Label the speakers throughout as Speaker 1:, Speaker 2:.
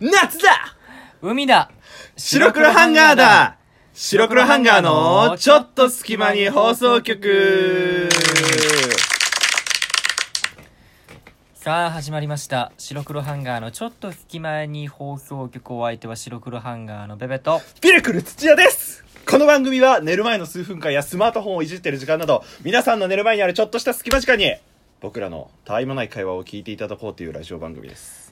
Speaker 1: 夏だ
Speaker 2: 海だ
Speaker 1: 白黒ハンガーだ白黒ハンガーのちょっと隙間に放送局
Speaker 2: さあ始まりました白黒ハンガーのちょっと隙間に放送局お相手は白黒ハンガーのベベと
Speaker 1: ピルクル土屋ですこの番組は寝る前の数分間やスマートフォンをいじってる時間など皆さんの寝る前にあるちょっとした隙間時間に僕らのたわいもない会話を聞いていただこうというラジオ番組です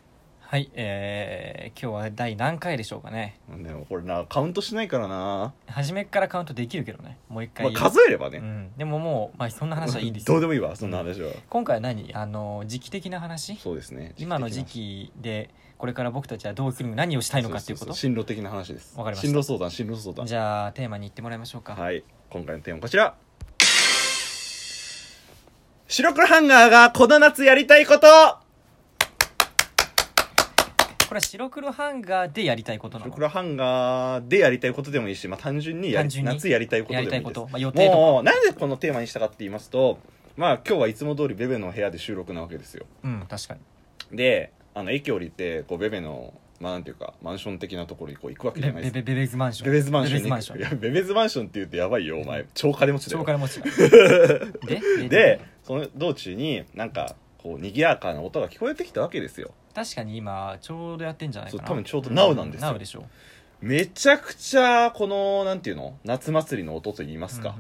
Speaker 2: はいえー、今日は第何回でしょうかね
Speaker 1: でもこれなカウントしないからな、
Speaker 2: 初めっからカウントできるけどねもう一回
Speaker 1: まあ、
Speaker 2: 言う
Speaker 1: 数えれば
Speaker 2: う
Speaker 1: ね、
Speaker 2: ん、でももう、まあ、そんな話はいいで す
Speaker 1: どうで
Speaker 2: よ
Speaker 1: もいいわそんな話は、
Speaker 2: 今回は何あの時期的な話
Speaker 1: そうですね
Speaker 2: 今の時期でこれから僕たちはどうする何をしたいのかっていうこ
Speaker 1: そ
Speaker 2: と
Speaker 1: そそ進路的な話です
Speaker 2: わかりました
Speaker 1: 進路相談進路相談
Speaker 2: じゃあテーマに行ってもらいましょうか、
Speaker 1: はい今回のテーマはこちら白黒ハンガーがこの夏やりたいこと
Speaker 2: これは白黒ハンガーでやりたいことな
Speaker 1: 白
Speaker 2: の
Speaker 1: 黒ハンガーでやりたいことでもいいし、まあ、単純にやり
Speaker 2: 単純に
Speaker 1: 夏やりたいことでもいいです
Speaker 2: やりたいことまあ予定とか
Speaker 1: もうなんでこのテーマにしたかって言いますとまあ今日はいつも通りベベの部屋で収録なわけですよ
Speaker 2: うん確かに
Speaker 1: であの駅降りてこうベベのまあなんていうかマンション的なところにこう行くわけじ
Speaker 2: ベ
Speaker 1: ゃないです
Speaker 2: ベ
Speaker 1: か
Speaker 2: ベベベズマンション
Speaker 1: ベベズマンション
Speaker 2: ベベズ
Speaker 1: に
Speaker 2: マ
Speaker 1: 行
Speaker 2: ンシ
Speaker 1: く
Speaker 2: ョ
Speaker 1: い
Speaker 2: ン
Speaker 1: やベベズマンションって言うとやばいよお前超金持ちだ
Speaker 2: 超
Speaker 1: よ
Speaker 2: 金持ちが でで
Speaker 1: でその道中になんかこう賑やかな音が聞こえてきたわけですよ
Speaker 2: 確かに今ちょうどやってんじゃないかな
Speaker 1: そう多分ちょうど Now なんですよ
Speaker 2: Now でしょ
Speaker 1: めちゃくちゃこのなんていうの夏祭りの音と言いますか、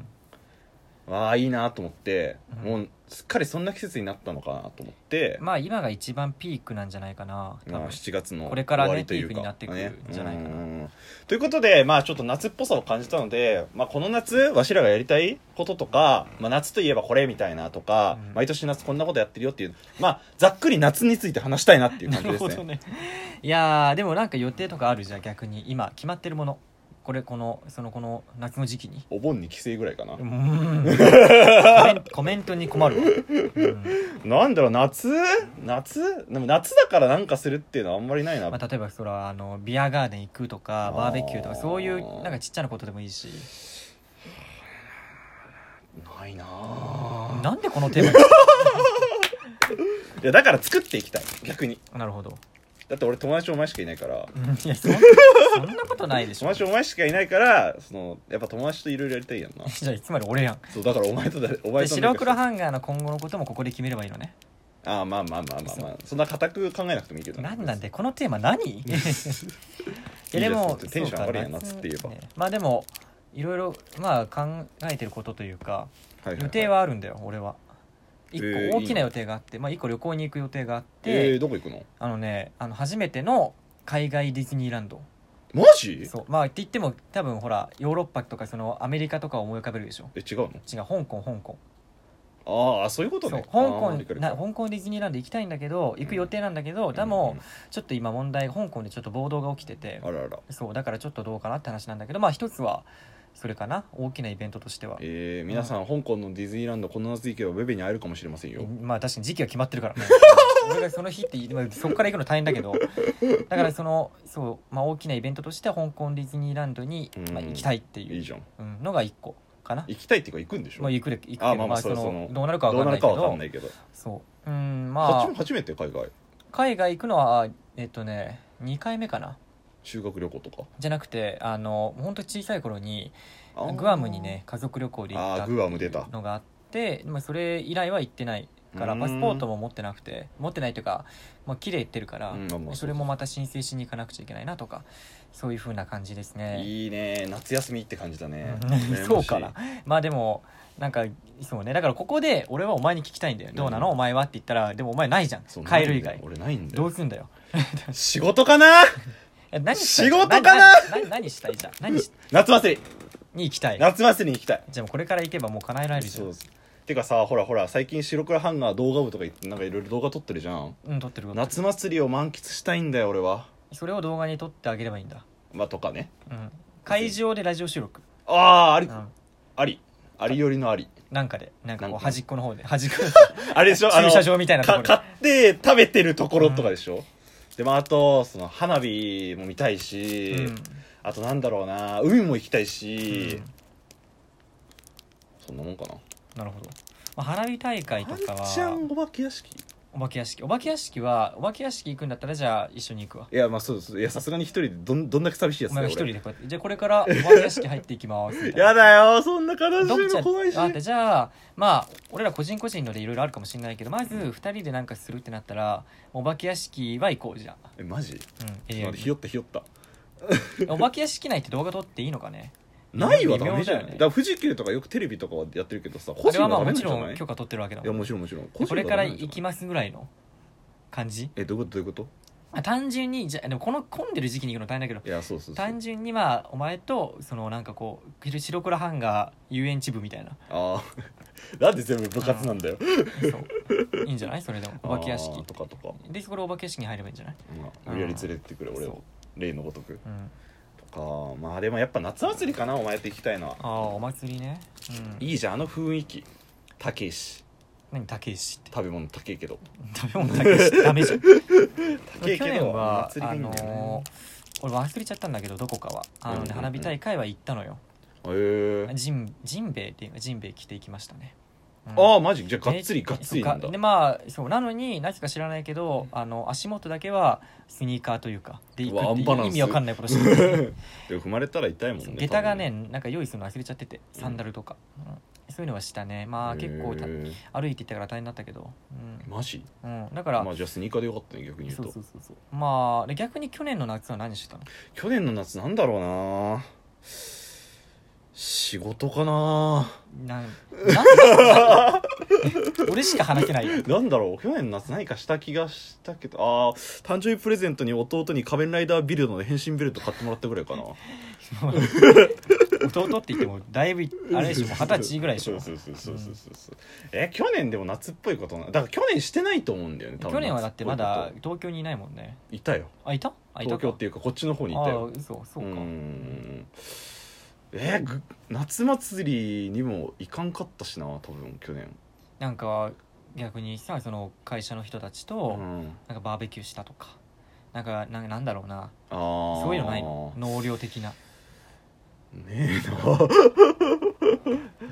Speaker 1: わあいいなと思って、
Speaker 2: うん
Speaker 1: もうすっかりそんな季節になったのかなと思って、
Speaker 2: まあ今が一番ピークなんじゃないかな多
Speaker 1: まあ、
Speaker 2: 分
Speaker 1: 7月の
Speaker 2: これからね
Speaker 1: 終わりという
Speaker 2: ピークになってくるんじゃないかな
Speaker 1: ねうんということで、まあ、ちょっと夏っぽさを感じたので、まあ、この夏わしらがやりたいこととか、まあ、夏といえばこれみたいなとか、
Speaker 2: うん
Speaker 1: 毎年夏こんなことやってるよっていう、まあ、ざっくり夏について話したいなっていう
Speaker 2: な
Speaker 1: 感じで
Speaker 2: る
Speaker 1: す
Speaker 2: ほ
Speaker 1: ね
Speaker 2: どねいやーでもなんか予定とかあるじゃん逆に今決まってるものこれこのそのこの夏の時期に
Speaker 1: お盆に帰省ぐらいかな
Speaker 2: う、んコメ ンコメントに困るわ、うん
Speaker 1: なんだろう夏夏でも夏だからなんかするっていうのはあんまりないな、
Speaker 2: まあ、例えばそれはあのビアガーデン行くとか
Speaker 1: ー
Speaker 2: バーベキューとかそういうなんかちっちゃなことでもいいし
Speaker 1: ないなあ
Speaker 2: なんでこのテーマに
Speaker 1: いやだから作っていきたい逆に
Speaker 2: なるほど
Speaker 1: だって俺友達お前しかいないから
Speaker 2: うん いやそんなそんなことないでしょ
Speaker 1: 友達お前しかいないからそのやっぱ友達といろいろやりたいやんな
Speaker 2: じゃあつまり俺やん
Speaker 1: そうだからお前とだお前
Speaker 2: で
Speaker 1: と
Speaker 2: 白黒
Speaker 1: あ
Speaker 2: ハンガーの今後のこともここで決めればいいのね
Speaker 1: あーまあまあまあまあまあそんな固く考えなくてもいいけど
Speaker 2: なんなんでこのテーマ 何いやでも
Speaker 1: いいですねテンション上がるやん
Speaker 2: そうか
Speaker 1: 夏って言えば
Speaker 2: ねまあでもいろいろまあ考えてることというか
Speaker 1: はいいい
Speaker 2: 予定はあるんだよ俺は一
Speaker 1: えーいい
Speaker 2: 個
Speaker 1: の
Speaker 2: 大きな予定があってまあ一個旅行に行く予定があっ
Speaker 1: えー、
Speaker 2: て
Speaker 1: どこ行くの
Speaker 2: あのねあの初めての海外ディズニーランド
Speaker 1: マジ
Speaker 2: そうまあって言っても多分ほらヨーロッパとかそのアメリカとかを思い浮かべるでしょ
Speaker 1: え違うの
Speaker 2: 違う香港香港
Speaker 1: あーあそういうこと
Speaker 2: そう
Speaker 1: ね
Speaker 2: 香
Speaker 1: あー理
Speaker 2: 港
Speaker 1: 解理解
Speaker 2: な香港ディズニーランド行きたいんだけど行く予定なんだけど、
Speaker 1: うん
Speaker 2: でも、ちょっと今問題香港でちょっと暴動が起きてて
Speaker 1: あらあら
Speaker 2: そうだからちょっとどうかなって話なんだけどまあ一つはそれかな大きなイベントとしては
Speaker 1: えー、皆さん、香港のディズニーランドこの夏行けばベベに会えるかもしれませんよ
Speaker 2: まあ確かに時期は決まっ てるからね俺がその日って言ってまあそこから行くの大変だけどだからそのそう、まあ、大きなイベントとして香港ディズニーランドに、
Speaker 1: うん
Speaker 2: まあ、行きたいって
Speaker 1: い
Speaker 2: い
Speaker 1: いうじゃん
Speaker 2: うんのが一個かな
Speaker 1: 行きたいっていうか行くんでしょ
Speaker 2: まあ行くで行くけど
Speaker 1: あまあまあ
Speaker 2: まあ
Speaker 1: そ
Speaker 2: そ
Speaker 1: れは
Speaker 2: の
Speaker 1: その
Speaker 2: どうなるか
Speaker 1: ど
Speaker 2: わ
Speaker 1: う
Speaker 2: かん
Speaker 1: なる
Speaker 2: ないけ
Speaker 1: かわかん
Speaker 2: ど
Speaker 1: ないけど
Speaker 2: そううん
Speaker 1: こっ
Speaker 2: ま
Speaker 1: ちも
Speaker 2: あ
Speaker 1: 初めて海外
Speaker 2: 海外行くのはえっとね2回目かな
Speaker 1: 修学旅行とか
Speaker 2: じゃなくてあの本当小さい頃に
Speaker 1: あー
Speaker 2: グアムにね家族旅行で行った
Speaker 1: あーグアム出た
Speaker 2: のがあってまあそれ以来は行ってないから
Speaker 1: うーん
Speaker 2: パスポートも持ってなくて持ってないというか、まあ、綺麗行ってるから、
Speaker 1: うんまあまあ
Speaker 2: それもまた申請しに行かなくちゃいけないなとかそういうふうな感じですね。
Speaker 1: いいね夏休みって感じだね
Speaker 2: うんそうかなまあでもなんかそうねだからここで俺はお前に聞きたいんだよ、どうなのお前はって言ったらでもお前ないじゃん
Speaker 1: そう
Speaker 2: 帰る以外
Speaker 1: 俺ないんだ
Speaker 2: どう
Speaker 1: よ
Speaker 2: すんだよ
Speaker 1: 仕事か ない
Speaker 2: や何したい
Speaker 1: 仕事かな
Speaker 2: 何何何したいじゃん何し
Speaker 1: 夏祭り
Speaker 2: に行きたい
Speaker 1: 夏祭りに行きたい
Speaker 2: じゃあもうこれから行けばもう叶えられるじゃ
Speaker 1: そうんですてかさほらほら最近白黒ハンガー動画部とか言ってなんかいろいろ動画撮ってるじゃん
Speaker 2: うん撮ってる撮ってる
Speaker 1: 夏祭りを満喫したいんだよ俺は
Speaker 2: それを動画に撮ってあげればいいんだ
Speaker 1: まあとかね
Speaker 2: うん会場でラジオ収録
Speaker 1: あああ
Speaker 2: う
Speaker 1: り
Speaker 2: ん
Speaker 1: ありありよりのあり
Speaker 2: なんかでなんか
Speaker 1: なん
Speaker 2: こう
Speaker 1: か
Speaker 2: 端っこ の方で端っこ
Speaker 1: あれでしょあの
Speaker 2: 駐車場みたいなとこ
Speaker 1: か
Speaker 2: ろ
Speaker 1: 買
Speaker 2: で
Speaker 1: って食べてるところとかでしょ、でもあとその花火も見たいし、
Speaker 2: うん
Speaker 1: あとなんだろうな海も行きたいし、
Speaker 2: うん
Speaker 1: そんなもんかな
Speaker 2: なるほどまあ花火大会とか
Speaker 1: あんちゃん
Speaker 2: は
Speaker 1: お化け屋敷
Speaker 2: お化け屋敷お化け屋敷はお化け屋敷行くんだったらじゃあ一緒に行くわ
Speaker 1: いやまあそうですいやさすがに一人でどんどんだけ寂しいやつ
Speaker 2: お
Speaker 1: だよ
Speaker 2: 前は一人
Speaker 1: 俺
Speaker 2: でこうやってじゃあこれからお化け屋敷入っていきます みたいな
Speaker 1: やだよそんな悲
Speaker 2: どっ
Speaker 1: しい
Speaker 2: ち
Speaker 1: の怖いし
Speaker 2: あでじゃあまあ俺ら個人個人のでいろいろあるかもしれないけどまず2人でなんかするってなったらお化け屋敷は行こうじゃん、
Speaker 1: えマジ
Speaker 2: うん、
Speaker 1: ちょっと待ってひよったひよった
Speaker 2: お化け屋敷内って動画撮っていいのかね
Speaker 1: ないは
Speaker 2: 微
Speaker 1: ダ
Speaker 2: 妙
Speaker 1: メじゃない
Speaker 2: だよね
Speaker 1: だから富士急とかよくテレビとかはやってるけどさ個
Speaker 2: あれ
Speaker 1: 人は
Speaker 2: はま
Speaker 1: ダメな
Speaker 2: あも
Speaker 1: ん
Speaker 2: ち
Speaker 1: じゃ
Speaker 2: ろ
Speaker 1: ない
Speaker 2: ん許可取ってるわけだ
Speaker 1: いや
Speaker 2: もん
Speaker 1: もちろんもちろん個人
Speaker 2: こ
Speaker 1: は
Speaker 2: れから
Speaker 1: ダメなんじゃ
Speaker 2: 行
Speaker 1: ない
Speaker 2: きますぐらいの感じ
Speaker 1: えどういうことどういうこと
Speaker 2: あ単純にじゃでもこの混んでる時期に行くの大変だけど
Speaker 1: いやそうそうそう
Speaker 2: 単純にまあお前とそのなんかこう白黒ハンガー遊園地部みたいな
Speaker 1: ああ なんで全部部活なんだよ
Speaker 2: そういいんじゃないそれでもお化け 屋
Speaker 1: あ
Speaker 2: 敷
Speaker 1: ーとかとか、
Speaker 2: でこれお化け屋敷に入ればいいんじゃない、
Speaker 1: うん、無理やり連れてってくれ俺
Speaker 2: そ
Speaker 1: を例のごとく
Speaker 2: うん、
Speaker 1: とかまあでもやっぱ夏祭りかなお前と行きたいのは
Speaker 2: ああお祭りね、うん、
Speaker 1: いいじゃんあの雰囲気高いし
Speaker 2: 何竹石って
Speaker 1: 食べ物高いけど
Speaker 2: 食べ物 竹石ダメじゃん去
Speaker 1: 高いけど
Speaker 2: 年は
Speaker 1: 祭り
Speaker 2: あ
Speaker 1: がいいん
Speaker 2: の
Speaker 1: だよね
Speaker 2: ー俺忘れちゃったんだけどどこかはあの
Speaker 1: うん
Speaker 2: ね、
Speaker 1: うんうん
Speaker 2: 花火大会は行ったのよ
Speaker 1: へえ
Speaker 2: ジンジンベエっていうかジンベエ着ていきましたね、うん
Speaker 1: ああマジじゃあがっつり
Speaker 2: で
Speaker 1: がっつりなんだ
Speaker 2: そうかで まあそうなのになぜか知らないけどあの足元だけはスニーカーというかで行
Speaker 1: うわ
Speaker 2: くっ
Speaker 1: ア
Speaker 2: て
Speaker 1: ンバランス
Speaker 2: 意味わかんないことしてる
Speaker 1: でも踏まれたら痛いもんね
Speaker 2: 下駄がね
Speaker 1: 多分
Speaker 2: なんか用意するの忘れちゃっててサンダルとか、うんそういうのはしたねまあ結構た
Speaker 1: へー
Speaker 2: 歩いていったから大変だったけど、うん
Speaker 1: マジ
Speaker 2: うん、だから、
Speaker 1: まあじゃあスニーカーでよかったね逆に言う
Speaker 2: そ
Speaker 1: と
Speaker 2: うそうそうそうまあで逆に去年の夏は何してたの
Speaker 1: 去年の夏なんだろうな仕事かな
Speaker 2: なんなんえ 俺しか話せないよ
Speaker 1: なんだろう去年の夏何かした気がしたけどああ誕生日プレゼントに弟に仮面ライダービルドの変身ベルト買ってもらったぐらいかな
Speaker 2: 弟って言ってもだいぶ あれでしょもう二十歳ぐらいでしょ
Speaker 1: そうそうそうそうそうそうえ去年でも夏っぽいことなだから去年してないと思うんだよね多分
Speaker 2: 去年はだってま
Speaker 1: 夏
Speaker 2: だ
Speaker 1: ぽいこ
Speaker 2: 東京にいないもんね
Speaker 1: といたよ
Speaker 2: あいたあいたか
Speaker 1: 東京っていうかこっちの方にいた
Speaker 2: ああ
Speaker 1: よ
Speaker 2: 嘘そう
Speaker 1: う
Speaker 2: か
Speaker 1: んえーぐ夏祭りにも行かんかったしな多分去年
Speaker 2: なんか逆にさその会社の人たちと
Speaker 1: うん
Speaker 2: なんかバーベキューしたとかなんかなんなんだろうな
Speaker 1: ああ
Speaker 2: そういうのないの 納涼的な
Speaker 1: ねえな
Speaker 2: じゃあ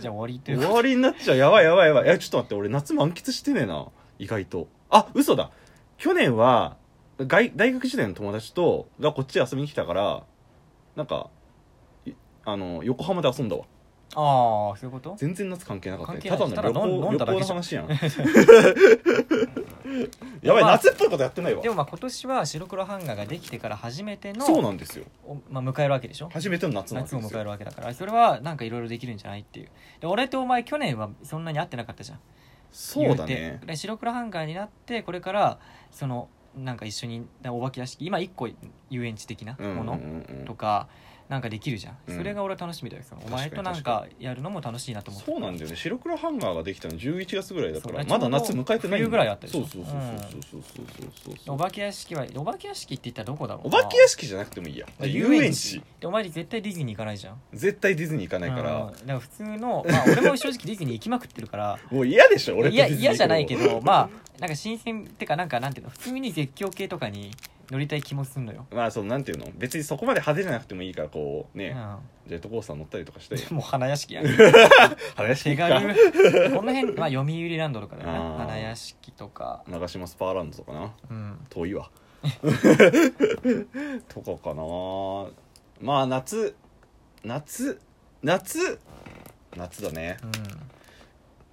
Speaker 2: 終わりとい
Speaker 1: 終
Speaker 2: うか
Speaker 1: わりになっちゃうやばいやばいやばいいやちょっと待って俺夏満喫してねえな意外とあ嘘だ去年は外大学時代の友達とがこっち遊びに来たからなんかいあの横浜で遊んだわ
Speaker 2: ああそういうこと
Speaker 1: 全然夏関係なかったね
Speaker 2: 関係
Speaker 1: た
Speaker 2: な
Speaker 1: だの
Speaker 2: い
Speaker 1: 旅
Speaker 2: ただ飲ん
Speaker 1: 行
Speaker 2: 飲んだ
Speaker 1: 旅
Speaker 2: だ
Speaker 1: 行
Speaker 2: け
Speaker 1: の
Speaker 2: じゃん
Speaker 1: 話やん やばい
Speaker 2: まあ
Speaker 1: 夏っぽいことやってないわ
Speaker 2: でもまあ今年は白黒版画ができてから初めての
Speaker 1: そうなんですよ
Speaker 2: おまあ、迎えるわけでしょ
Speaker 1: 初めての夏なんです
Speaker 2: 夏を
Speaker 1: よ
Speaker 2: 迎えるわけだからそれはなんかいろいろできるんじゃないっていうで俺とお前去年はそんなに会ってなかったじゃん
Speaker 1: そうだ
Speaker 2: 言
Speaker 1: ね
Speaker 2: うてで白黒ハンガーになってこれからそのなんか一緒にだお化け屋敷今一個遊園地的な
Speaker 1: うんう
Speaker 2: も
Speaker 1: んう
Speaker 2: の
Speaker 1: ん
Speaker 2: とかなんかできるじゃん、
Speaker 1: うん
Speaker 2: それが俺は楽しみだよそのお前
Speaker 1: 確か
Speaker 2: とな
Speaker 1: に
Speaker 2: んかやるのも楽しいなと思って
Speaker 1: そうなんだよね白黒ハンガーができたの11月ぐらいだから
Speaker 2: そう
Speaker 1: まだ夏迎えてないんだよ
Speaker 2: 冬ぐらいあったでし
Speaker 1: そ
Speaker 2: ょ
Speaker 1: うそうそうそうそうそうそうそう
Speaker 2: お化け屋敷はお化け屋敷って言ったらどこだろう
Speaker 1: お化け屋敷じゃなくてもいいや
Speaker 2: まあ
Speaker 1: 遊園地
Speaker 2: でお前絶対ディズニー行かないじゃん
Speaker 1: 絶対ディズニー行かないか
Speaker 2: うん
Speaker 1: ら
Speaker 2: だから普通のまあ俺も正直ディズニー行きまくってるから
Speaker 1: もう嫌でしょ 俺
Speaker 2: い
Speaker 1: と
Speaker 2: や
Speaker 1: ディズニー
Speaker 2: 嫌じゃないけ
Speaker 1: 行く
Speaker 2: どまあなんか新鮮ってかなんかなんていうの普通に絶叫系とかに乗りたい気もすんのよ、
Speaker 1: のまあそのなんていうの別にそこまで派手じゃなくてもいいからこう
Speaker 2: うん、
Speaker 1: ねジェットコースター乗ったりとかして
Speaker 2: でも花屋 敷やん
Speaker 1: 花屋敷
Speaker 2: 手
Speaker 1: 行くか
Speaker 2: 軽この辺、まあ、読売ランドとかだよね
Speaker 1: あー
Speaker 2: 花屋敷とか
Speaker 1: 長島スパーランドとかな
Speaker 2: うん
Speaker 1: 遠いわとかかなまあ夏夏夏夏だね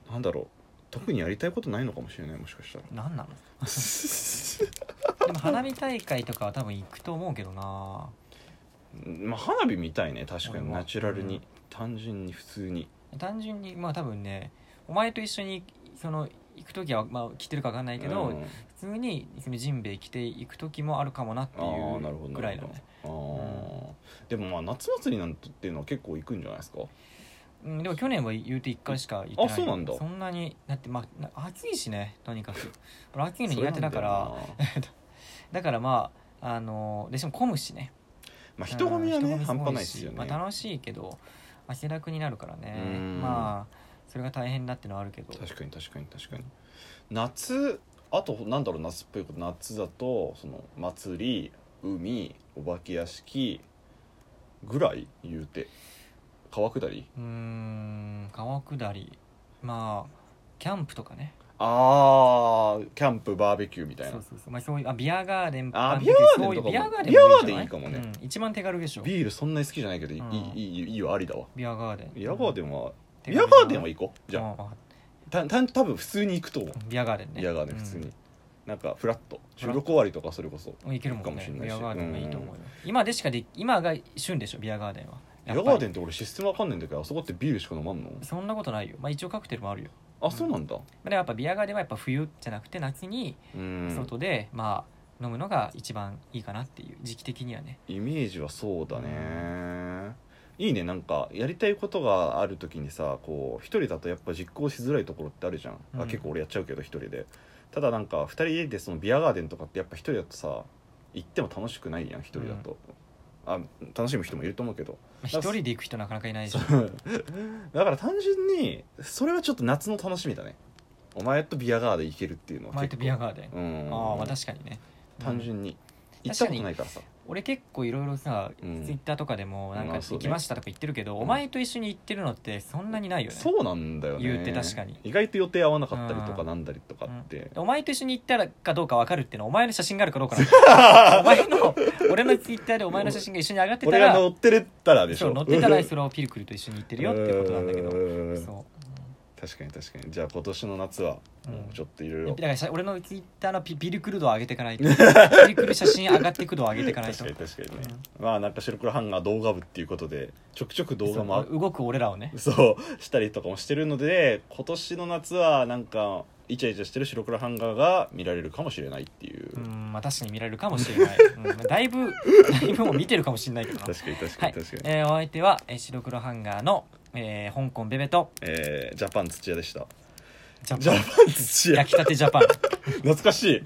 Speaker 2: う
Speaker 1: なんだろう特にやりたいことないのかもしれないもしか したら
Speaker 2: んなんなのでも花火大会とかは多分行くと思うけどな
Speaker 1: まあ花火見たいね確か
Speaker 2: 俺
Speaker 1: に
Speaker 2: も
Speaker 1: ナチュラル
Speaker 2: うん
Speaker 1: に単純に普通に
Speaker 2: 単純にまあ多分ねお前と一緒にその行く時は、まあ、着てるか分かんないけど、
Speaker 1: うん
Speaker 2: 普通にそのジンベエ着て行く時もあるかもなって
Speaker 1: ああなる
Speaker 2: い
Speaker 1: ほど
Speaker 2: うぐ
Speaker 1: な
Speaker 2: ら
Speaker 1: る
Speaker 2: いだ
Speaker 1: ほ
Speaker 2: ね
Speaker 1: どああでもまあ夏祭りなんてっていうのは結構行くんじゃないですか
Speaker 2: うん、でも去年は言うて1回しか行ってない
Speaker 1: あそうなんだ
Speaker 2: そんなにだってまあな暑いしねとに かく俺暑いの
Speaker 1: それなん
Speaker 2: 苦手
Speaker 1: よ
Speaker 2: だ
Speaker 1: な
Speaker 2: からだからまああのでしかも混むしね
Speaker 1: まあ人混みは
Speaker 2: う
Speaker 1: ね
Speaker 2: ん人
Speaker 1: 半端な
Speaker 2: 混みも多
Speaker 1: いですよね
Speaker 2: まあ、楽しいけど汗だくになるからね
Speaker 1: うん
Speaker 2: まあそれが大変だってのはあるけど
Speaker 1: 確かに確かに確かに夏あとなんだろう夏っぽいこと夏だとその祭り海お化け屋敷ぐらい言うて川下り
Speaker 2: うーん川下りまあキャンプとかね
Speaker 1: あーキャンプバーベキューみたい
Speaker 2: そ
Speaker 1: な
Speaker 2: うそうそうまあそういうあビアガーデン
Speaker 1: あ
Speaker 2: パン
Speaker 1: ビアガーデン
Speaker 2: そういう
Speaker 1: とかも
Speaker 2: ビアガーデン
Speaker 1: ビアガーデンいいかもね
Speaker 2: うん一番手軽でしょ
Speaker 1: ビールそんなに好きじゃないけどいい
Speaker 2: うん
Speaker 1: いいいいいいよありだわ
Speaker 2: ビアガーデン
Speaker 1: ビアガーデンは
Speaker 2: 手
Speaker 1: ビ
Speaker 2: 軽
Speaker 1: ア
Speaker 2: だ
Speaker 1: ガ
Speaker 2: な
Speaker 1: ーデンは行こうじゃあ
Speaker 2: うんわかった
Speaker 1: た多分普通に行くと思う
Speaker 2: たビアガーデンね
Speaker 1: ビアガーデン普通に、
Speaker 2: うん
Speaker 1: なんかフラット収
Speaker 2: フラット
Speaker 1: 録終わりとかそれこそ
Speaker 2: もういけるも
Speaker 1: か
Speaker 2: ん
Speaker 1: もし
Speaker 2: ね
Speaker 1: れないし
Speaker 2: ビアガーデンがいいと思うよ今でしかでき今が旬でしょビアガーデンは
Speaker 1: ビアガーデ
Speaker 2: ン
Speaker 1: ンって俺システムわかんないんだけどあそこってビールしか飲まんの
Speaker 2: そんなことないよまあ一応カクテルもあるよ
Speaker 1: あそうなんだ
Speaker 2: まあでもやっぱビアガーデンはやっぱ冬じゃなくて夏に
Speaker 1: うん
Speaker 2: 外でまあ飲むのが一番いいかなっていう時期的にはね
Speaker 1: イメージはそうだね、いいねなんかやりたいことがある時にさこう一人だとやっぱ実行しづらいところってあるじゃん、
Speaker 2: う
Speaker 1: あ
Speaker 2: ん
Speaker 1: 結構俺やっちゃうけど一人でただなんか二人でそのビアガーデンとかってやっぱ一人だとさ行っても楽しくないやん一人だと、あ楽しむ人もいると思うけど
Speaker 2: まあ一人で行く人なかなかいないでしょ
Speaker 1: だから単純にそれはちょっと夏の楽しみだねお前とビアガーデン行けるっていうのは
Speaker 2: ホワイトビアガーデン
Speaker 1: ーデ
Speaker 2: ああまあ確かにね
Speaker 1: 単
Speaker 2: うん
Speaker 1: 純に
Speaker 2: うん
Speaker 1: 行ったことないからさ
Speaker 2: 俺結構いろいろさ
Speaker 1: うん
Speaker 2: ツイッターとかでもなん
Speaker 1: ま
Speaker 2: か
Speaker 1: あそう
Speaker 2: 行
Speaker 1: ね
Speaker 2: きましたとか言ってるけど
Speaker 1: うん
Speaker 2: お前と一緒に行ってるのってそんなにないよね
Speaker 1: そうなんだよね
Speaker 2: 言うて確かに
Speaker 1: 意外と予定合わなかったりとか
Speaker 2: うん
Speaker 1: なんだりとかって、
Speaker 2: お前と一緒に行ったらかどうか分かるっていうのはお前の写真があるかどうかな んだよお前の俺のツイッターでお前の写真が一緒に上がってた
Speaker 1: 俺が
Speaker 2: ら
Speaker 1: 乗ってれたらでし
Speaker 2: そ
Speaker 1: ょ
Speaker 2: う乗ってたら
Speaker 1: うん
Speaker 2: それをピルクルと一緒に行ってるよってことなんだけど
Speaker 1: うん
Speaker 2: そ
Speaker 1: 確かに確かにじゃあ今年の夏はもうちょっといろいうろ
Speaker 2: だからしゃ俺のツイッターのピピルクル度を上げていかないとピルクル写真上がってく度を上げていかない
Speaker 1: 確
Speaker 2: と
Speaker 1: かに確かにね、まあなんか白黒ハンガー動画部っていうことでちょくちょく動画もあ
Speaker 2: そう動く俺らをね
Speaker 1: そうしたりとかもしてるので今年の夏はなんかイチャイチャしてる白黒ハンガーが見られるかもしれないっていう、
Speaker 2: うんまあ確かに見られるかもしれない、うんまあだいぶだいぶもう見てるかもしれないけどな
Speaker 1: 確かに確か
Speaker 2: はい
Speaker 1: に確かに、、
Speaker 2: えーお相手は、えー白黒ハンガーの、えー香港ベベと
Speaker 1: えージャパン土屋でした
Speaker 2: ジャ
Speaker 1: ジャ
Speaker 2: パ
Speaker 1: パ
Speaker 2: ン
Speaker 1: ン土屋
Speaker 2: 焼きたてジャパン
Speaker 1: 懐かしい